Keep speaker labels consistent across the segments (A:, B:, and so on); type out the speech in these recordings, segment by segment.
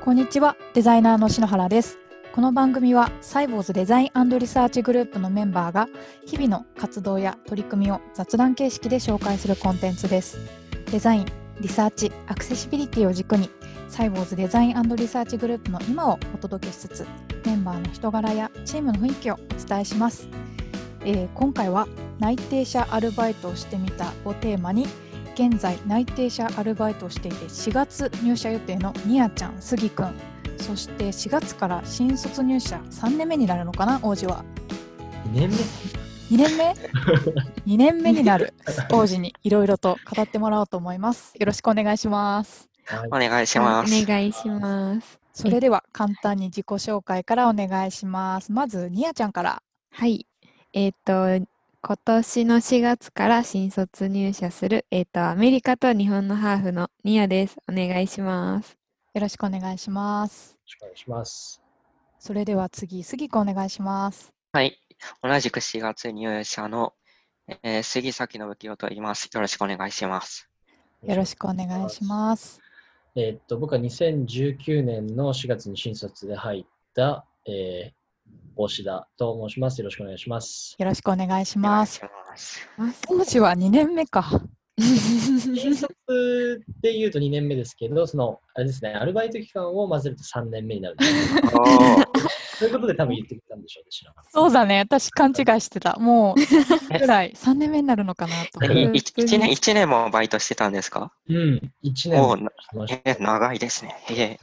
A: こんにちは、デザイナーの篠原です。この番組はサイボーズデザインリサーチグループのメンバーが日々の活動や取り組みを雑談形式で紹介するコンテンツです。デザイン、リサーチ、アクセシビリティを軸にサイボーズデザインリサーチグループの今をお届けしつつメンバーの人柄やチームの雰囲気をお伝えします。えー今回は内定者アルバイトをしてみたをテーマに現在内定者アルバイトをしていて4月入社予定のニアちゃん、スギくんそして4月から新卒入社3年目になるのかな王子は
B: 2年目
A: 2年 目 ?2 年目になる王子にいろいろと語ってもらおうと思いますよろしくお願いします
B: はい
C: お願いします。
D: お願いします。
A: それでは簡単に自己紹介からお願いしますまずニアちゃんから
D: はい。えっ、と、今年の4月から新卒入社する、えっ、と、アメリカと日本のハーフのニアです。お願いします。
A: よろしくお願いします
B: お願いします。
A: それでは次スギくんお願いします
C: はい。同じく4月入社の、えー杉崎信清と言います。よろしくお願いします。
A: よろしくお願いします
B: えーっと、僕は2019年の4月に新卒で入った、えー、大志田と申します。よろしくお願いします。
A: よろしくお願いします
C: お願いします。
A: 王 子は2年目か
B: 新卒で言うと2年目ですけど、その、あれですね、アルバイト期間を混ぜると3年目になる。
C: おー
B: そういうことで多分言ってきたんでしょうね、し
A: そうだね私勘違いしてたもう
C: え
A: ぐらい3年目になるのかなと思って
C: い
D: うん
C: い一年一年もバイトしてたんですか
B: うん、1
C: おー
B: 年
C: な
B: してまし
C: えー長いですね。いえ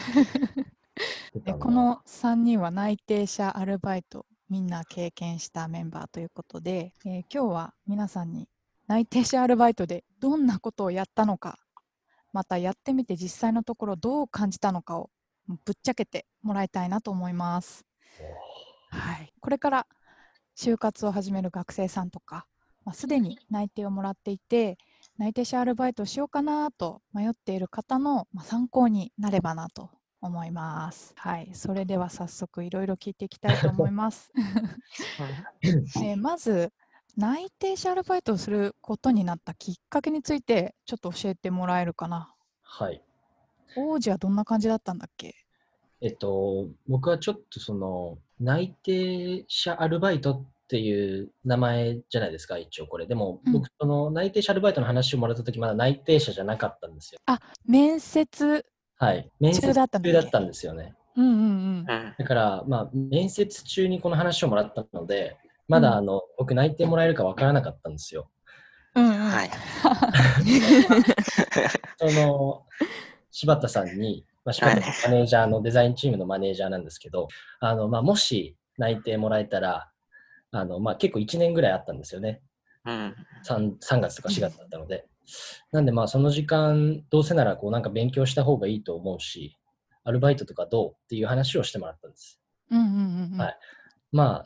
A: で
B: た
A: この3人は内定者アルバイトみんな経験したメンバーということで、えー今日は皆さんに内定者アルバイトでどんなことをやったのかまたやってみて実際のところどう感じたのかをぶっちゃけてもらいたいなと思います。はい、これから就活を始める学生さんとか、まあ、すでに内定をもらっていて内定者アルバイトをしようかなと迷っている方の、まあ、参考になればなと思います。はい、それでは早速いろいろ聞いていきたいと思い ます。えーまず内定者アルバイトをすることになったきっかけについてちょっと教えてもらえるかな。
B: はい。
A: 王子はどんな感じだったんだっけ？
B: えっと、僕はちょっとその内定者アルバイトっていう名前じゃないですか、一応これ。でも、
A: うん
B: 僕、その内定者アルバイトの話をもらったとき、まだ内定者じゃなかったんですよ。
A: 面接、
B: はい。面接
A: 中だったんだ
B: 中
A: っけ
B: だったんですよね。
A: うんうん
C: うんうん
B: だから、まあ、面接中にこの話をもらったので、ま
A: うん
B: だあの、僕、内定もらえるかわからなかったんですよ。
A: うん、うんうん、
C: はい。
B: その、柴田さんに、まあ、柴田さんマネージャーのデザインチームのマネージャーなんですけど、あの、まあ、もし内定もらえたら、あの、まあ、結構1年ぐらいあったんですよね。
C: うん。
B: 3, 3月とか4月だったので。なんでまあその時間、どうせならこうなんか勉強した方がいいと思うし、アルバイトとかどうっていう話をしてもらったんです。
A: うんうんうんうん。
B: はいまあ、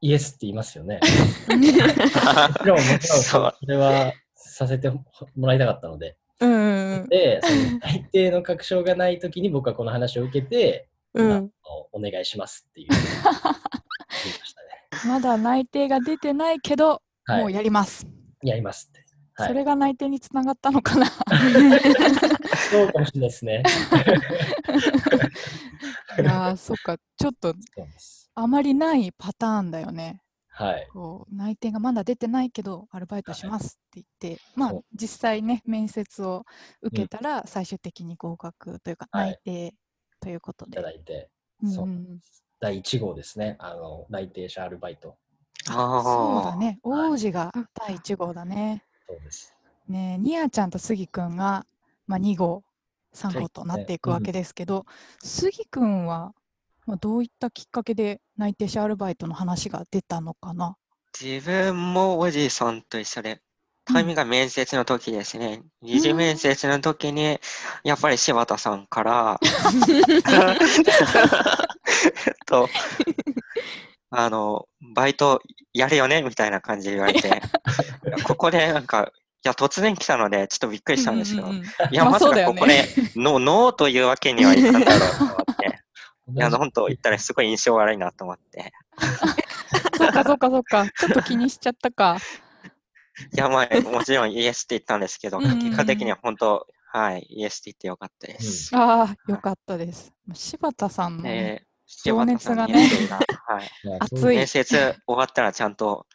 B: イエスって言いますよね。もちろん、もちろん、
C: そ。
B: そうれはさせてもらいたかったので。
A: うんうんうん。
B: で、その内定の確証がないときに僕はこの話を受けて、
D: う
B: あの
D: ん。
B: お願いします っていう。言いましたね。
A: まだ内定が出てないけど、も
B: は
A: う
B: い。
A: やります。
B: やりますって。は
A: そ
B: い。
A: れが内定につながったの かな。
B: そうかもしれないですね。
A: いやーそっか。ちょっと
B: そうです。
A: あまりないパターンだよね。
B: はい。
A: こう内定がまだ出てないけどアルバイトしますって言って、まあ
B: そう
A: 実際ね面接を受けたら最終的に合格というか
B: はい
A: 内定ということ
B: い
A: で、
B: ただいて。
A: うんうん
B: そう第1号ですね。あの、内定者アルバイト。
A: そうだ
C: あ
A: ね
B: はい
A: 王子が第1号だね。
B: そうです。
A: ねえニアちゃんとスギくんが、まあ、2号3号となっていくわけですけど、スギくんは、まあ、どういったきっかけで内定者アルバイトの話が出たのかな
C: ー自分もおじいさんと一緒で、タイミングが面接の時ですね。二次面接の時に、やっぱり柴田さんから、えっ と、あの、バイトやるよねみたいな感じで言われて、ここでなんか、いや、突然来たので、ちょっとびっくりしたんですよ。
A: うんうんうん
C: いや、
A: まあ
C: まさ
A: そうだ
C: か
A: よ
C: こ
A: ね
C: こで、ノノーというわけにはいかんだろうと 思って、 いや、本当言ったらすごい印象悪いなと思って、
A: そっかそっかそっかちょっと気にしちゃったか。
C: いや、まあ、もちろんイエスって言ったんですけど、
A: うんうんうん
C: 結果的には本当、はい、イエスって言ってよかったです。
A: ああ、よかったです。もう柴田さんのね、
C: えー、柴田さん
A: 情熱が
C: に
A: ね
C: やって るなはい。
B: まあ
A: 熱い
B: そう
C: 面接終わったらちゃんと、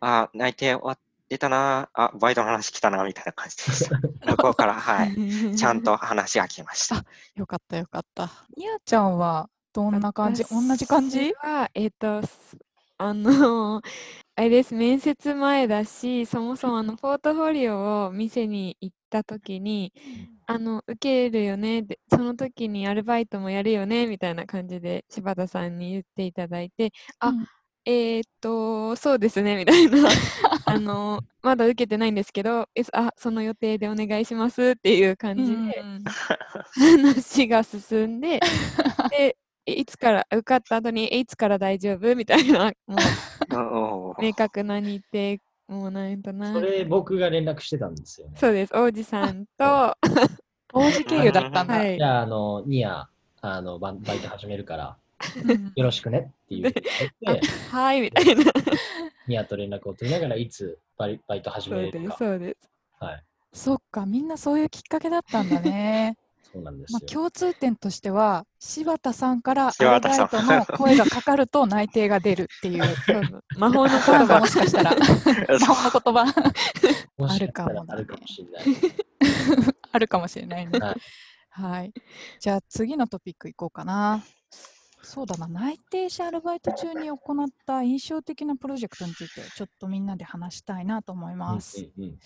C: あ、内定終わってたな、あ、バイトの話来たな、みたいな感じで した。向こうから、はい。ちゃんと話が来ました。
A: よかったよかった。みやちゃんはどんな感じ同じ感じ
D: 私はえっ、とすあの あれです面接前だしそもそもあのポートフォリオを店に行った時にあの受けるよねでその時にアルバイトもやるよねみたいな感じで柴田さんに言っていただいてあ、
A: うん
D: えーっとそうですねみたいなあのまだ受けてないんですけどえあその予定でお願いしますっていう感じ
A: う
D: で。
A: ん
D: 話が進 んででいつから受かった後にえいつから大丈夫みたいな
C: お
D: もう明確な日程もうなんとな
B: それ僕が連絡してたんですよね。
D: そうです王子さんと
A: 王子経由だったんだ。
D: はい
B: じゃあ、あの、ニア、あの、バンバイト始めるから、
A: うん
B: よろしくねって いう言って、
D: はいみたいな
B: ニアと連絡を取りながらいつバイバイト始
D: そう
B: めれ
D: で
B: る
D: す
B: か。
D: そうです
B: はい。
A: そっか、みんなそういうきっかけだったんだ ね。
B: そうなんです
A: ま
B: よ
A: あ、。共通点としては、柴田さんからアル
C: 柴田
A: バ
C: さん
A: イトの声がかかると内定が出るっていう。
D: そうそう魔法の言
A: これも
D: 葉
A: もしか したら魔法の言葉
B: もし
A: あるか
B: した
A: もだ
B: らあ
A: ね
B: るかもしれない。
A: あるかもしれないね。
B: はい
A: はい。じゃあ次のトピックいこうかな。そうだな、内定者アルバイト中に行った印象的なプロジェクトについて、ちょっとみんなで話したいなと思います。
B: うんうんうん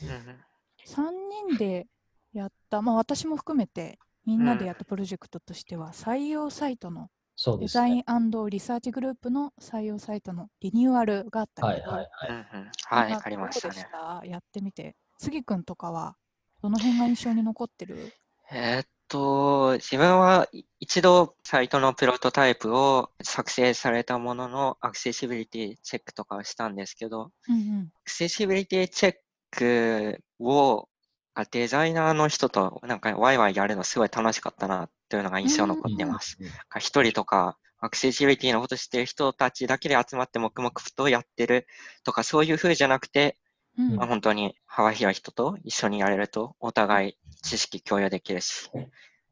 A: 3人でやった、まあ私も含めて、みんなでやったプロジェクトとしては、採用サイトの
B: そう
A: デ
B: です
A: ザイン
B: ね。
A: リサーチグループの採用サイトのリニューアルがあった
B: はい
A: けど、
B: はいはい。
C: は
A: みん
C: い、
A: な
C: ありました
A: どうで
C: ね
A: し。たやってみて。杉くんとかは、どの辺が印象に残ってる
C: えーっと、自分はい一度サイトのプロトタイプを作成されたもののアクセシビリティチェックとかをしたんですけど、
A: うんうん。
C: アクセシビリティチェックをあデザイナーの人となんかワイワイやるのすごい楽しかったなというのが印象に残ってます。
B: うんうん
C: なんか一人とかアクセシビリティのことしてる人たちだけで集まって黙々とやってるとかそういう風じゃなくて、
A: うん
C: まあ、本当に幅広い人と一緒にやれるとお互い知識共有できるし、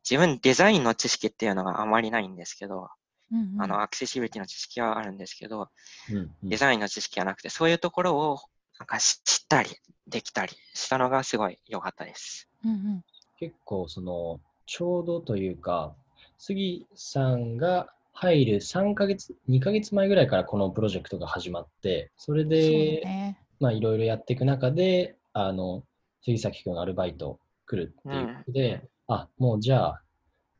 C: 自分デザインの知識っていうのがあまりないんですけど、
A: うんうん
C: あのアクセシビリティの知識はあるんですけど、
B: うんうん
C: デザインの知識がなくて、そういうところをなんか知ったり、できたりしたのがすごい良かったです。
A: うんうん
B: 結構そのちょうどというか杉さんが入る3ヶ月2ヶ月前ぐらいからこのプロジェクトが始まってそれ
A: そう
B: で
A: だね、
B: まあいろいろやっていく中であの杉崎君アルバイト来るっていうことで、あもうじゃあ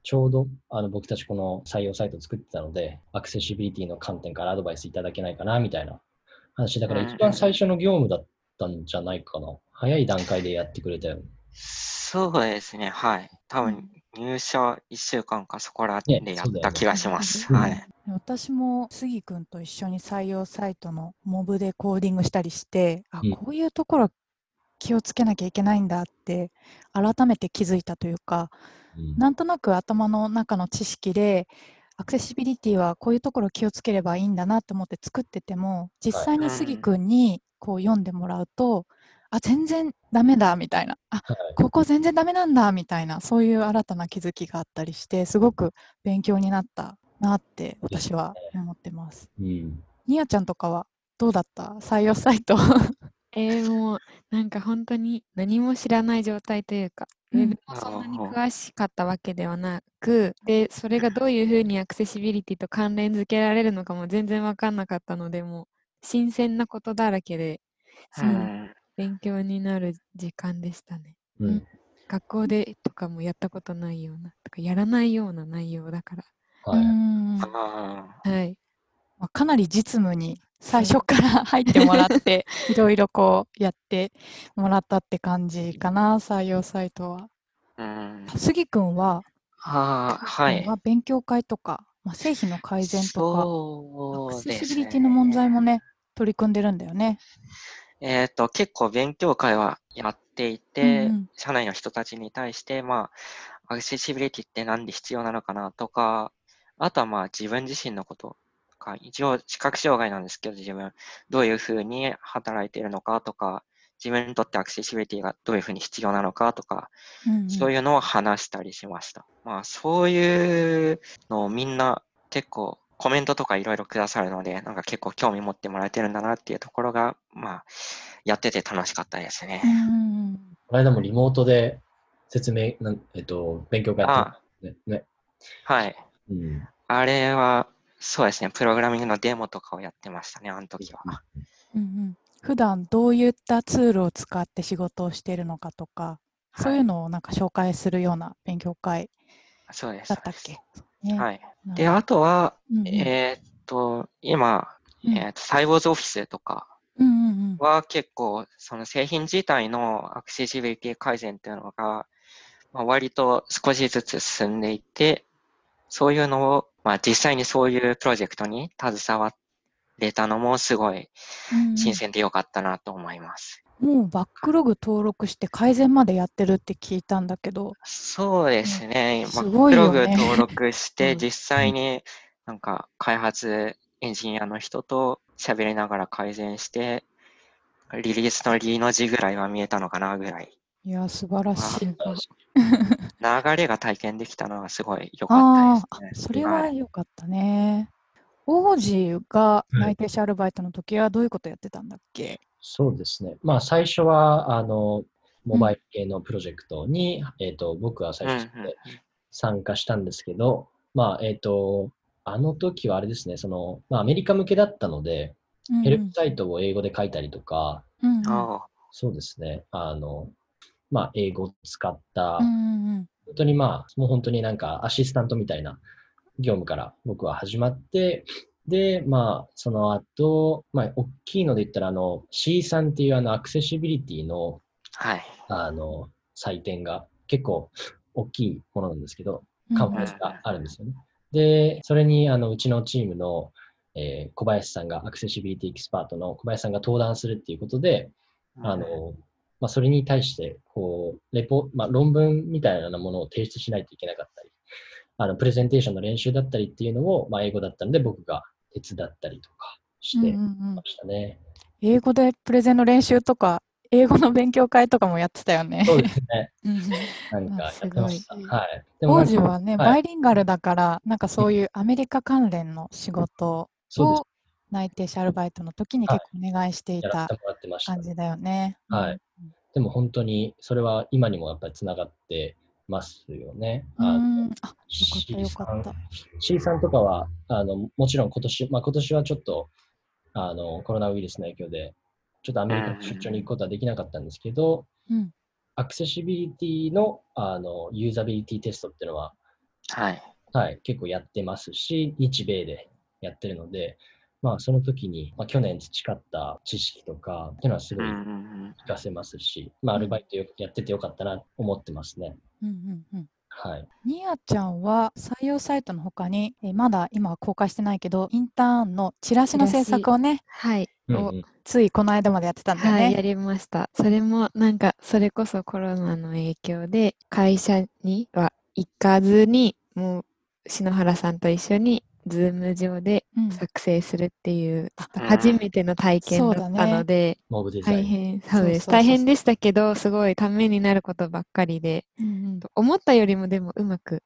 B: ちょうどあの僕たちこの採用サイト作ってたのでアクセシビリティの観点からアドバイスいただけないかなみたいな話だから
C: うん
B: 一番最初の業務だったんじゃないかな早い段階でやってくれたよね
C: そうですね、はい。多
A: うん
C: 分入社1週間かそこら
B: ね
C: でや
B: そ
C: っ
B: うだよ
C: た
B: ね
C: 気がします。
B: うん
C: はい。
A: 私も杉くんと一緒に採用サイトのモブでコーディングしたりしてあ
B: うん
A: こういうところ気をつけなきゃいけないんだって改めて気づいたというか
B: うん
A: なんとなく頭の中の知識でアクセシビリティはこういうところ気をつければいいんだなと思って作ってても実際に杉くんにこう読んでもらうとあ全然ダメだみたいなあ
B: はい
A: ここ全然ダメなんだみたいなそういう新たな気づきがあったりしてすごく勉強になったなって
B: です
A: 私
B: ね
A: は思ってます。
B: うん
A: ニアちゃんとかはどうだった採用サイト。
D: えー、もうなんか本当に何も知らない状態というか、ウェブもそんなに
C: あー
D: 詳しかったわけではなく、で、それがどういうふうにアクセシビリティと関連づけられるのかも全然わかんなかったので、もう新鮮なことだらけで、す
C: う
D: ごい
C: ん。
D: 勉強になる時間でしたね。
B: うん
A: うん
D: 学校でとかもやったことないような、とかやらないような内容だから。
B: は
A: うー
B: い。
A: んま
C: あ
D: はい。
A: あかなり実務に最初から 入ってもらっていろいろこうやってもらったって感じかな採用サイトは。
C: ーうん。
A: 杉くんは
C: あーはい。
A: は勉強会とか、まあ、製品の改善とかア
C: そ
A: ク
C: う
A: セ
C: ですね
A: シビリティの問題もね取り組んでるんだよね。
C: えっ、と、結構勉強会はやっていて、
A: うんうん
C: 社内の人たちに対して、まあ、アクセシビリティってなんで必要なのかなとか、あとはまあ自分自身のこととか、一応視覚障害なんですけど、自分、どういうふうに働いているのかとか、自分にとってアクセシビリティがどういうふうに必要なのかとか、
A: うん
C: そういうのを話したりしました。まあ、そういうのをみんな結構コメントとかいろいろくださるので、なんか結構興味持ってもらえてるんだなっていうところが、まあ、やってて楽しかったです
A: うん
C: ね。
A: うん
B: この間もリモートで説明、なんえっと、勉強会やってねね、
C: はい。
B: うん。
C: あれは、そうですね、プログラミングのデモとかをやってましたね、あの時は。
A: うんうん普段どういったツールを使って仕事をしているのかとか、そういう
C: はい
A: のをなんか紹介するような勉強会
C: そうです。
A: だったっけそうね
C: はい。
A: な
C: で、
A: る
C: あとは、
A: ほどうんうん
C: えーっと、今、
A: うん
C: えーっと、サイボーズオフィスとか
A: うんうんうん
C: は結構、その製品自体のアクセシビリティ改善っていうのが、まあ、割と少しずつ進んでいて、そういうのを、まあ実際にそういうプロジェクトに携われたのもすごい
A: うんうん
C: 新鮮でよかったなと思います。
A: もうバックログ登録して改善までやってるって聞いたんだけど、
C: そうですね。
A: す
C: まあ
A: ごい
C: ブ
A: よ
C: ロ
A: ね
C: グ登録し
A: う
C: て、
A: ん
C: 実際になんか開発エンジニアの人と喋りながら改善して、リリースのリの字ぐらいは見えたのかなぐらい。
A: いや、素晴らしい。
D: すごい
C: 流れが体験できたのはすごい良かったで
A: あ
C: す
A: あ
C: ね。、
A: それ
C: は
A: はい良かったね。王子が
B: うん
A: 内定者アルバイトの時はどういうことやってたんだっけ
B: そうですね。まあ、最初は、あの、モバイル系のプロジェクトに、えっと、僕は最初
C: うんうん
B: 参加したんですけど、まあ、えっと、あの時はあれですね、その、まあ、アメリカ向けだったので、ヘルプサイトを英語で書いたりとか、
A: うんうん
C: ああ
B: そうですね、あの、まあ、英語を使った
A: う、んうん
B: 本当にまあ、もう本当になんかアシスタントみたいな業務から僕は始まって、で、まあ、その後、まあ、大きいので言ったら、あの、C さんっていうあの、アクセシビリティの、
C: はい。
B: あの、採点が結構大きいものなんですけど、
A: うん
B: カンファレンスがあるんですよね。で、それに、あの、うちのチームの、えー小林さんが、アクセシビリティエキスパートの小林さんが登壇するっていうことで、あの、まあ、それに対して、こう、レポ、まあ、論文みたいなものを提出しないといけなかったり、あの、プレゼンテーションの練習だったりっていうのを、まあ、英語だったので、僕が手伝ったりとかし
A: うんう
B: て
A: んう
B: ま
A: ん
B: したね。
A: 英語でプレゼンの練習とか、英語の勉強会とかもやってたよね。
B: そうですね。 な
D: うん
B: んか、やってました。
A: あすごい
B: はい。でも
A: 王
B: なんか
A: 子はね、
B: はい
A: バイリンガルだから、なんかそういうアメリカ関連の仕事
B: そうです
A: を内定者アルバイトの時に
B: は
A: 結
B: い
A: 構お願いしてい
B: やら
A: た
B: せてもらってました
A: 感
B: ね、
A: じだよね。
B: はいでも本当に、それは今にもやっぱりつながってますよね。あの
A: うん。あ、
B: C
A: よかった
B: さ
A: よ
B: ん
A: かった。
B: C さんとかは、あのもちろん今年、まあ、今年はちょっとあのコロナウイルスの影響で、ちょっとアメリカの出張に行くことはできなかったんですけど、
A: うん。
B: アクセシビリティのあのユーザビリティテストっていうのは、
C: はい。
B: はい、結構やってますし、日米でやってるので、まあ、その時に、まあ、去年培った知識とかっていうのはす
C: う
B: ご
C: ん
B: い
C: うん
B: 活
C: うん
B: かせますし、まあ、アルバイトよやっててよかったなと思ってますね。
A: うんうんうん。
B: はい、
A: ニアちゃんは採用サイトの他に、えーまだ今は公開してないけど、インターンのチラシの
D: チ
A: 制
D: ラシ
A: 作をね、
D: はい、
B: うん
D: お
B: うん
A: ついこの間までやってたんだよ
D: はい、や
A: ね。
D: りました。それもなんか、それこそコロナの影響で、会社には行かずに、もう篠原さんと一緒に、ズーム上で
A: うん
D: 作成するっていう、
C: うん
D: 初めての体験
A: そう
D: だ
A: だ
D: っ
A: ね
D: たので、
B: モブデザイン。
D: 大変、そうで
A: そうそうそう
D: す。
A: そう
D: 大変でしたけど、すごいためになることばっかりで、
A: うんうん
D: 思ったよりもでもうまく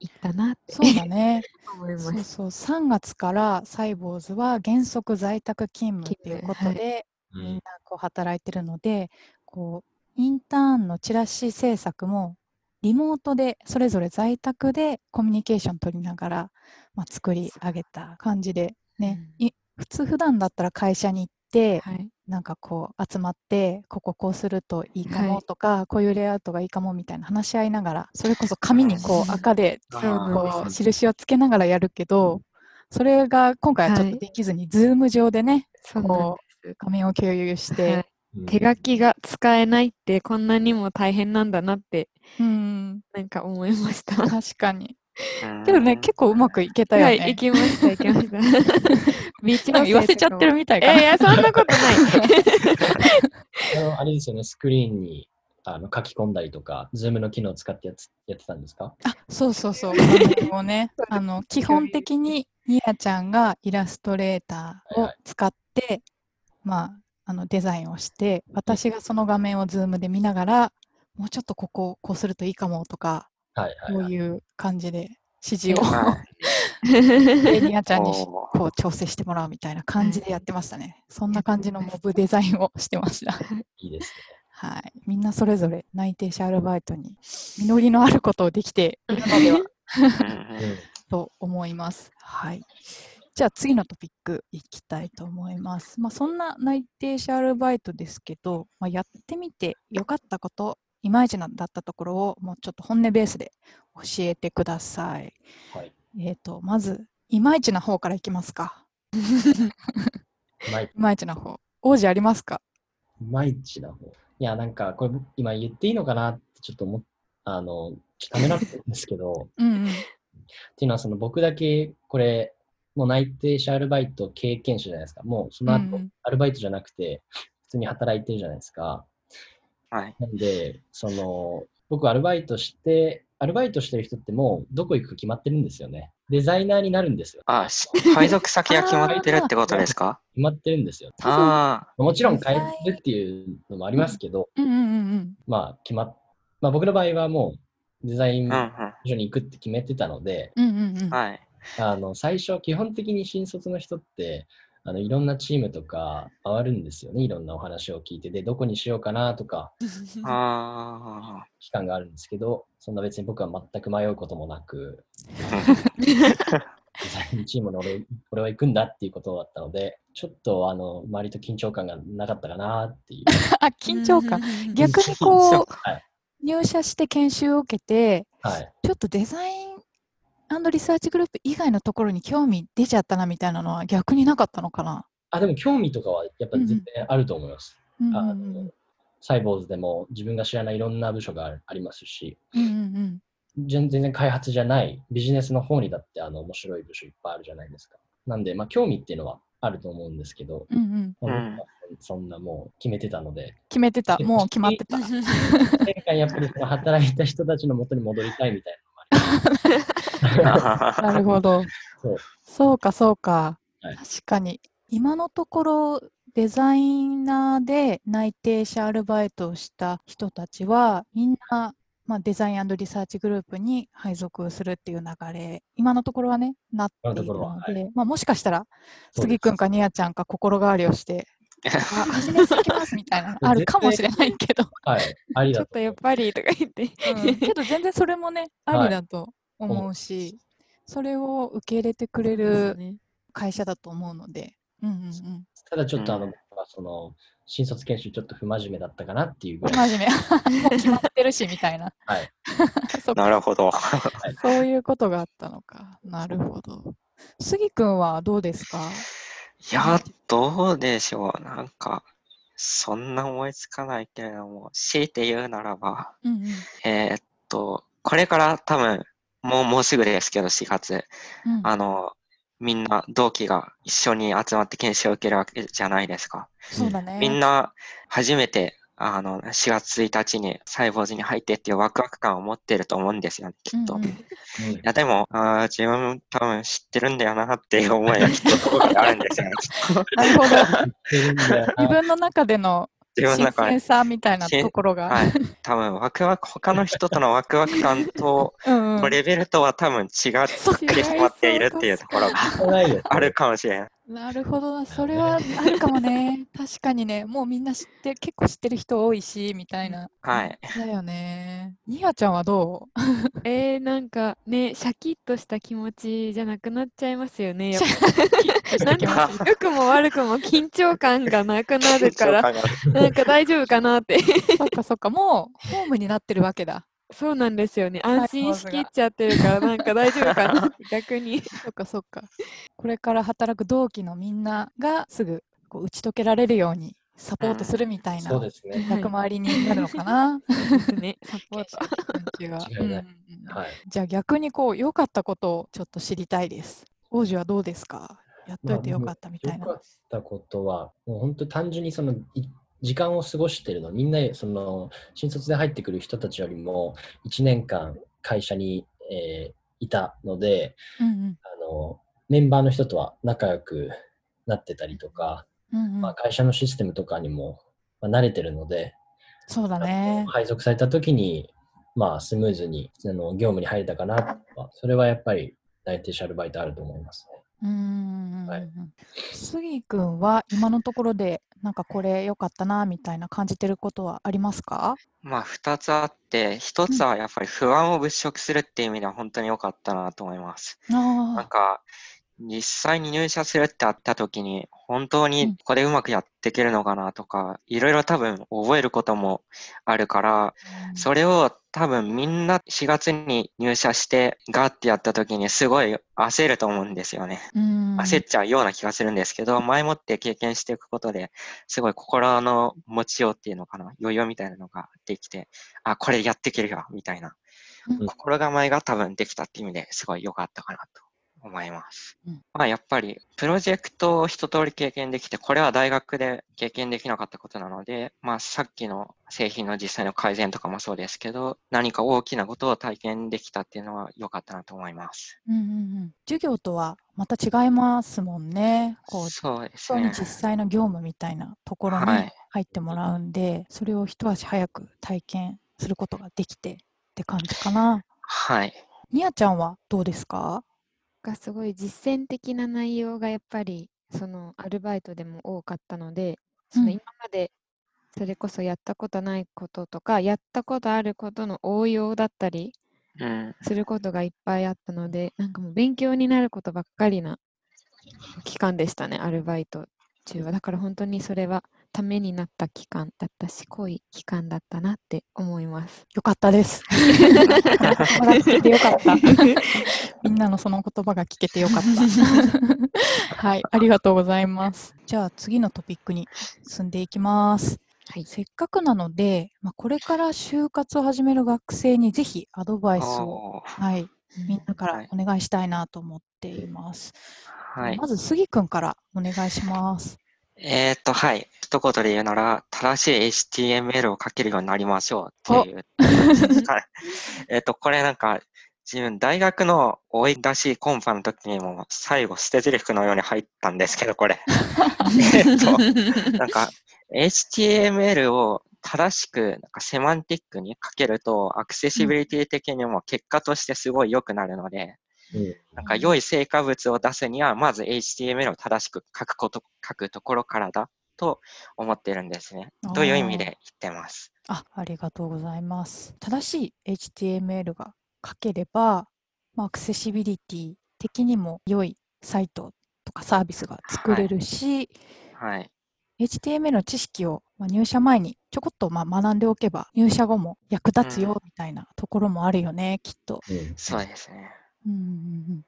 D: いったなって
A: そうだね。
D: 思いま
A: そう
D: す。
A: そう。3月からサイボーズは原則在宅勤務っていうこと
D: 勤務
A: で、
B: うん
A: みんなこう働いてるので、こう、インターンのチラシ制作も、リモートで、それぞれ在宅でコミュニケーション取りながら、まあ、作り上げた感じで、ね、
D: うん
A: い普通普段だったら会社に行って、
D: はい。
A: なんかこう集まってこここうするといいか
D: は
A: も
D: い
A: とか、こういうレイアウトがいいかもみたいな話し合いながらそれこそ紙にこ
D: う
A: うん赤で
C: あー
A: こう
C: そう
A: 印をつけながらやるけどそれが今回はちょっ
D: は
A: と
D: い
A: できずに、ズーム上でね
D: そうなん
A: こ
D: です
A: う紙を共有して、
D: は
B: う
D: い
B: ん
D: 手書きが使えないってこんなにも大変なんだなって
A: うん
D: なんか思いました。
A: 確かに
C: うん
A: けどね結構うまくいけたよ
D: は
A: ね、
D: い、行きました、行きま した。ビーチ
A: なんか
D: の
A: 言わせちゃってるみたい
D: い
A: かな、
D: やいや、そんなことない。
B: あのあれですよね、スクリーンにあの書き込んだりとか、ズームの機能を使ってやつやってたんですか
A: あそうそうそうもうね
D: そうです
A: あの基
D: 共有
A: 本的にニアちゃんがイラストレーターを使って、まああのデザインをして私がその画面をズームで見ながらもうちょっとここをこうするといいかもとか
B: はいはい
A: こ
B: は
A: う
B: い。
A: いう感じで指示を
C: は
A: エニアちゃん にし
C: おー
A: こう調整してもらうみたいな感じでやってましたねそんな感じのモブデザインをしてました
B: いいです
A: はい、みんなそれぞれ内定者アルバイトに実りのあることをできているのでは
C: うんうん
B: ね。
A: と思います。はい、じゃあ次のトピックいきたいと思います。まあ、そんな内定者アルバイトですけど、まあ、やってみてよかったこといまいちだったところをもうちょっと本音ベースで教えてください。
B: うん。はい。
A: えー、とまずいまいちな方からいきますか。
B: まい
A: いまいちな方。王子ありますか
B: まいちな方。いや、なんか、これ僕今言っていいのかなってちょっと思っあの、ちょっとためらってるんですけど、
A: うんうん。
B: っていうのはその僕だけこれ、もう内定者アルバイト経験者じゃないですか。もうその
A: うんう
B: 後
A: ん、
B: アルバイトじゃなくて、普通に働いてるじゃないですか。
C: はい。
B: なんで、その、僕アルバイトして、アルバイトしてる人ってもうどこ行くか決まってるんですよね。デザイナーになるんですよ。
C: あ、し配属先が決まってるってことで すか
B: 決まってるんですよ。
A: 多分
C: あ
B: もちろん変えるっていうのもありますけど、
A: うんうんうんうん。
B: まあ決まっ、まあ僕の場合はもうデザイン
C: あ、うんうん。
B: 所に行くって決めてたので、
A: うんうんうん。
C: はい。
B: あの最初基本的に新卒の人ってあのいろんなチームとか回るんですよねいろんなお話を聞いてでどこにしようかなとか
C: あ
B: 期間があるんですけどそんな別に僕は全く迷うこともなくデザインチームの俺俺は行くんだっていうことだったのでちょっとあの周りと緊張感がなかったかなっていう
A: あ、緊張感。。
B: 緊張
A: 逆にこ
B: はいう
A: 入社して研修を受けて
B: はい
A: ちょっとデザインリサーチグループ以外のところに興味出ちゃったなみたいなのは逆になかったのかな、
B: あでも興味とかはやっぱ全然あると思います、
A: うんうん
B: あ
A: うん
B: のサイボウズでも自分が知らないいろんな部署があるありますし、
A: うんうん
B: 全全然開発じゃないビジネスの方にだってあの面白い部署いっぱいあるじゃないですか。なんで、まあ、興味っていうのはあると思うんですけど、
A: うんうんうん
C: ん
B: まあ僕はそんなもう決めてたので、
A: 決めてたもう決まってた
B: 前回やっぱりその働いた人たちの元に戻りたいみたい
C: あ。
A: なるほど
B: そう
A: そうかそうか、
B: はい
A: 確かに今のところデザイナーで内定者アルバイトをした人たちはみんな、まあ、デザインリサーチグループに配属するっていう流れ今のところはねなっている
B: 今のところは
A: のでまあ、もしかしたら
B: そうです
A: 杉くんかニアちゃんか心変わりをして あビジネス行きますみたいなのあるかもしれないけど、
B: な。はい、あり
D: ちょ
B: だ
D: っ
B: と
D: とやっぱりとか言って。
A: うん けど全然それもねありだと思うし、
B: はい
A: それを受け入れてくれる会社だと思うので。うんうんうん。
B: ただちょっとあの、
C: うん
B: 僕はその新卒研修ちょっと不真面目だったかなっていうぐらい。
A: 真面目。 もう決まってるし、みたいな。
B: はい。
A: そっか
C: なるほど。
A: そういうことがあったのか。なるほど。杉くんはどうですか
C: いや、どうでしょう。なんか、そんな思いつかないけれども、強いて言うならば、
A: うんうん。
C: えーっと、これから多分、もう、もうすぐですけど、4月、
A: うん
C: あの、みんな同期が一緒に集まって研修を受けるわけじゃないですか。
A: そうだね。
C: みんな初めてあの4月1日にサイボーズに入ってっていうワクワク感を持ってると思うんですよね、きっと。
A: うんうん
C: いや、でも、あー自分多分知ってるんだよなっていう 思いがきっとどこかであるんですよね、きっと。
A: なるほど。
B: うん
A: 自分の中での
C: 自
A: 新
C: 分の中
A: 鮮
C: で。
A: さみたいなところが。
C: はい。多分、ワクワク、他の人とのワクワク感と、
A: うんうん
C: のレベルとは多 分違って
A: そっか。
C: しまっているっていうところが
B: ないよ
C: あるかもしれない。
A: なるほどな。それはあるかもね。確かにね。もうみんな知って、結構知ってる人多いし、みたいな。
C: はい。
A: だよね。ニアちゃんはどう
D: えー、なんかね、シャキッとした気持ちじゃなくなっちゃいますよね。やっぱなん
C: ま
D: か良くも悪くも緊張感がなくなるから、
C: 緊張感がある
D: なんか大丈夫かなって。
A: そっかそっか、もうホームになってるわけだ。
D: そうなんですよね。
A: い
D: 安心しきっちゃってるから、なんか大丈夫かな って逆に。
A: そっかそっか。これから働く同期のみんながすぐこう打ち解けられるようにサポートするみたいな
B: そうですね。
A: 役回りになるのかな。
D: ですね。サポート。
A: 研修が
B: 間違いな
A: う
B: い
A: んうんうん
B: はい。
A: じゃあ逆にこう良かったことをちょっと知りたいです。王子はどうですかやっといて良かったみたい
B: 良か
A: な。
B: ったことは、もう本当単純にそのい時間を過ごしてるの、みんなその新卒で入ってくる人たちよりも1年間会社に、えーいたので
A: うんうん
B: あの、メンバーの人とは仲良くなってたりとか、
A: うんうん
B: まあ、会社のシステムとかにも、まあ、慣れてるので、
A: そうだね。
B: 配属された時に、まあ、スムーズにあの業務に入れたかなとか、それはやっぱり内定者アルバイトあると思いますね。
A: うんうんうんうん
B: は
A: 杉君は今のところでなんかこれ良かったなみたいな感じてることはありますか
C: まあ、二つあって、一つはやっぱり不安を払拭するっていう意味では本当に良かったなと思います。なん
A: あ
C: か、実際に入社するってあった時に、本当にここでうまくやっていけるのかなとか、いろいろ多分覚えることもあるから、それを多分みんな4月に入社してガーってやった時にすごい焦ると思うんですよね。
A: うん
C: 焦っちゃうような気がするんですけど、前もって経験していくことですごい心の持ちようっていうのかな、余裕みたいなのができて、あ、これやっていけるよ、みたいな
A: うん
C: 心構えが多分できたっていう意味ですごい良かったかなと思います。
A: うん
C: まあやっぱりプロジェクトを一通り経験できて、これは大学で経験できなかったことなので、まあさっきの製品の実際の改善とかもそうですけど、何か大きなことを体験できたっていうのは良かったなと思います。
A: うんうんうん授業とはまた違いますもんね。こう
C: そうです
A: 本当に
C: ね。
A: 実際の業務みたいなところに
C: はい
A: 入ってもらうんで、それを一足早く体験することができてって感じかな。
C: はい。
A: にやちゃんはどうですか
D: がすごい実践的な内容がやっぱりそのアルバイトでも多かったので、そ
A: うん
D: の今までそれこそやったことないこととかやったことあることの応用だったり
C: うん。
D: することがいっぱいあったのでなんかもう勉強になることばっかりな期間でしたねアルバイト中はだから本当にそれはためになった期間だったし濃い期間だったなって思います。
A: よかった です。笑っててよかった。みんなのその言葉が聞けてよかった。はい、ありがとうございます。じゃあ次のトピックに進んでいきます。
D: はい
A: せっかくなので、まあ、これから就活を始める学生にぜひアドバイスを、
C: おー
A: はい、みんなから
C: はい
A: お願いしたいなと思っています。
C: はい
A: ま。ず杉くんからお願いします。
C: えーっと、はい。一言で言うなら、正しい HTML を書けるようになりましょうっていう。 はいえーっと、これなんか、自分、大学の追い出しコンパの時にも、最後、捨て台詞のように入ったんですけど、これ。えーっと、 なんか、HTML を正しく、なんかセマンティックに書けると、アクセシビリティ的にも結果としてすごい良くなるので、
B: うん
C: なんか良い成果物を出すには、まず HTML を正しく書くこと、書くところからだと思ってるんですね
A: あー。
C: という意味で言ってます。
A: あありがとうございます。正しい HTML が書ければ、まあ、アクセシビリティ的にも良いサイトとかサービスが作れるし、
C: はい。
A: HTML の知識をまあ入社前にちょこっとまあ学んでおけば入社後も役立つ
C: う
A: よみたいなところもあるよね、きっと。
B: うん
C: そうです ね。
A: うんうんうん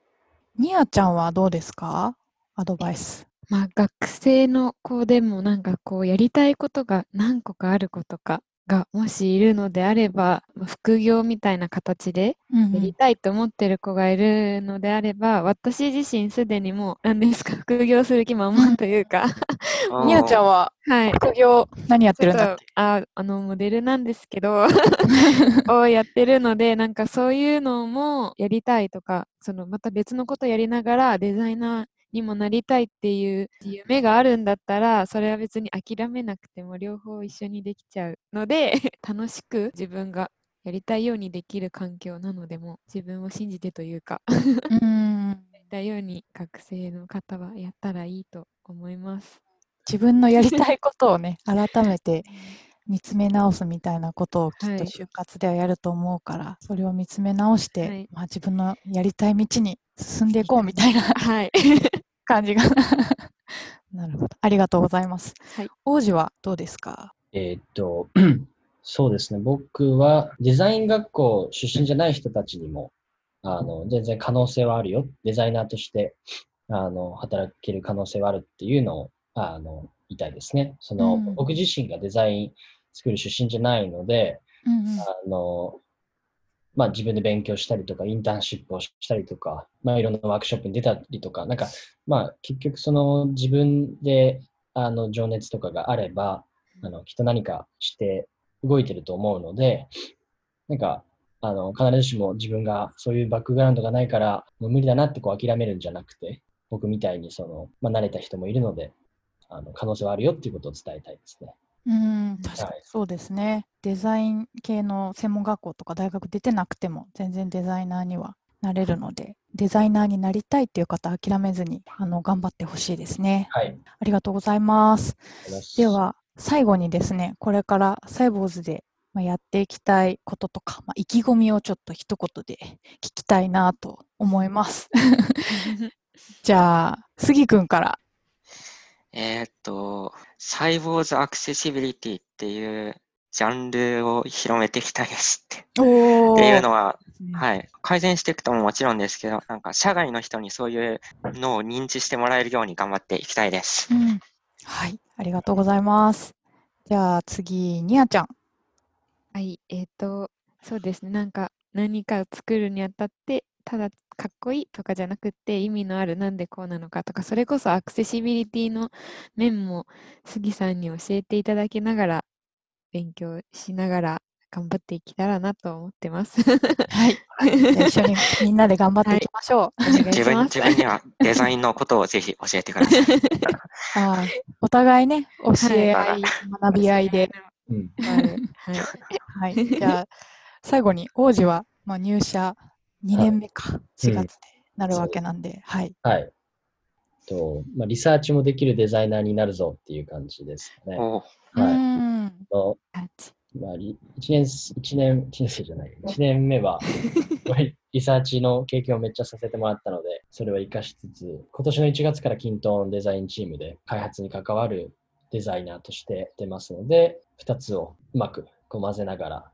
A: ニアちゃんはどうですかアドバイス。
D: まあ学生の子でもなんかこうやりたいことが何個かある子とかがもしいるのであればまあ副業みたいな形で
A: うんうん
D: やりたいと思ってる子がいるのであれば私自身すでにもう何ですか副業する気満々というか
A: ニアちゃん
C: は
A: は
D: はい
A: 副業何やって
D: ち
A: る
D: ょっ
A: んだっ
D: と
A: け
D: ああのモデルなんですけ どをやってるのでなんかそういうのもやりたいとかそのまた別のことやりながらデザイナーにもなりたいっていう夢があるんだったらそれは別に諦めなくても両方一緒にできちゃうので 楽しく自分がやりたいようにできる環境なのでも自分を信じてというかや
A: うん
D: りたいように学生の方はやったらいいと思います。
A: 自分のやりたいことをね改めて見つめ直すみたいなことをきっ
D: はい
A: と就活ではやると思うから、それを見つめ直して、
D: はい
A: まあ、自分のやりたい道に進んでいこうみた いな
D: はい、
A: 感 じがなるほどありがとうございます、
D: はい
A: 王子はどうですか
B: えーっと、 そうですね、僕はデザイン学校出身じゃない人たちにも、あの、全然可能性はあるよ。デザイナーとして、あの、働ける可能性はあるっていうのを、あの、言いたいですね。その、
A: うん
B: 僕自身がデザイン作る出身じゃないので、
A: うんうん
B: あの、まあ自分で勉強したりとか、インターンシップをしたりとか、まあいろんなワークショップに出たりとか、なんか、まあ結局その自分で、あの、情熱とかがあれば、あの、きっと何かして動いてると思うので、なんか、あの、必ずしも自分がそういうバックグラウンドがないから、もう無理だなってこう諦めるんじゃなくて、僕みたいにその、まあ慣れた人もいるので、あの可能性はあるよっていうことを伝えたいですね。
A: うん、確かに
B: はい
A: そうですね。デザイン系の専門学校とか大学出てなくても全然デザイナーにはなれるので、デザイナーになりたいっていう方諦めずにあの頑張ってほしいですね。
B: はい。
A: ありがとうございます。で
B: よろしい、
A: は最後にですね、これからサイボーズでまあやっていきたいこととか、まあ、意気込みをちょっと一言で聞きたいなと思います。 じゃあ、杉くんから。
C: えーっと、サイボーズアクセシビリティっていうジャンルを広めていきたいですって。
A: お
C: っていうのは、はい。改善していくとももちろんですけど、なんか社外の人にそういうのを認知してもらえるように頑張っていきたいです。
A: うんはい、ありがとうございます。じゃあ次、にあちゃん。
D: はい、えっ、と、そうですね、なんか何かを作るにあたって、ただかっこいいとかじゃなくて、意味のあるなんでこうなのかとか、それこそアクセシビリティの面も杉さんに教えていただきながら、勉強しながら頑張っていけたらなと思ってます。
A: はい、じゃあ一緒 にみんなで頑張っていきましょう。お願い
C: 自
A: し
C: 分
A: ます。
C: 自分にはデザインのことをぜひ教えてください。
A: あーお互いね、教え合、
D: はいい
A: 学び合いで。
B: うん。
D: はい。
A: はい、じゃあ最後に王子は、まあ、入社2年目か、4月でなるわけなんで、はい。
B: はい。と、まあ、リサーチもできるデザイナーになるぞっていう感じですね。
C: おう
A: う
B: はい。
A: ーん
B: と
D: あち
B: まあ、り一年す、一年、一年生じゃない、一年目は、リサーチの経験をめっちゃさせてもらったので、それを活かしつつ、今年の1月からキントーンデザインチームで開発に関わるデザイナーとして出ますので、2つをうまくこう混ぜながら、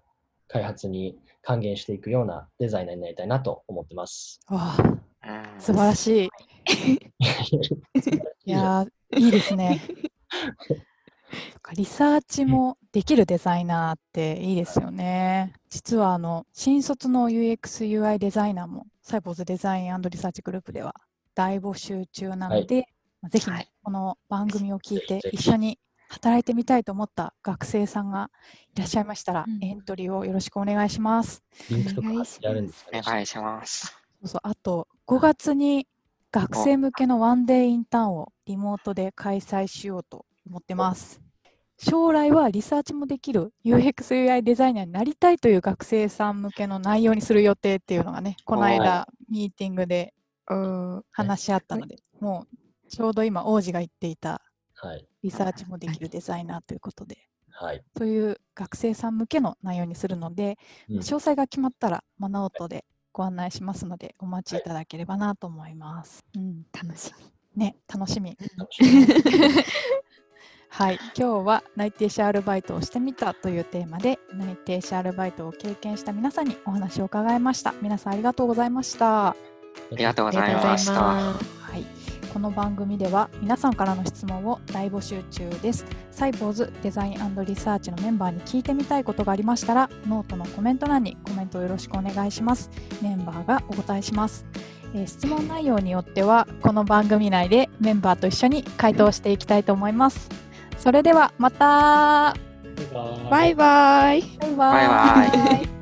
B: 開発に還元していくようなデザイナーになりたいなと思ってます。
A: わ
C: うん
A: あ素晴らしい。いやーいいですね。そっ かリサーチもできるデザイナーっていいですよね。実はあの新卒の UXUI デザイナーもサイボーズデザインリサーチグループでは大募集中なので、まあぜひね、
C: はい
A: この番組を聞いて
B: ぜひ
A: 一緒に働いてみたいと思った学生さんがいらっしゃいましたら、
D: うん
A: エントリーをよろしくお願いします。
B: リンクとか貼ってあるんですか
C: お
B: ね。
C: 願いします。
A: そうそうあと5月に学生向けのワンデーインターンをリモートで開催しようと思ってます。将来はリサーチもできる UXUI デザイナーになりたいという学生さん向けの内容にする予定っていうのがね、この間ミーティングで
D: おー
A: 話し合ったので、もうちょうど今王子が言っていた
B: はい。
A: リサーチもできるデザイナーということで、
B: はい。
A: そういう学生さん向けの内容にするので、
B: うん
A: 詳細が決まったら、マナオトでご案内しますので、お待ちいただければなと思います。うん、
D: 楽 し
A: ね、楽しみ。
B: 楽しみです
A: はい、今日は内定者アルバイトをしてみたというテーマで、内定者アルバイトを経験した皆さんにお話を伺いました。皆さんありがとうございました。
C: ありがとうご
D: み。
C: ざいまし
D: す
C: た。
A: はい、この番組では皆さんからの質問を大募集中です。サイボーズデザインリサーチのメンバーに聞いてみたいことがありましたら、ノートのコメント欄にコメントをよろしくお願いします。メンバーがお答えします。えー質問内容によっては、この番組内でメンバーと一緒に回答していきたいと思います。それではまた
B: バイバーイ
D: バイバイ。
A: バイバ
C: バイバ
A: イ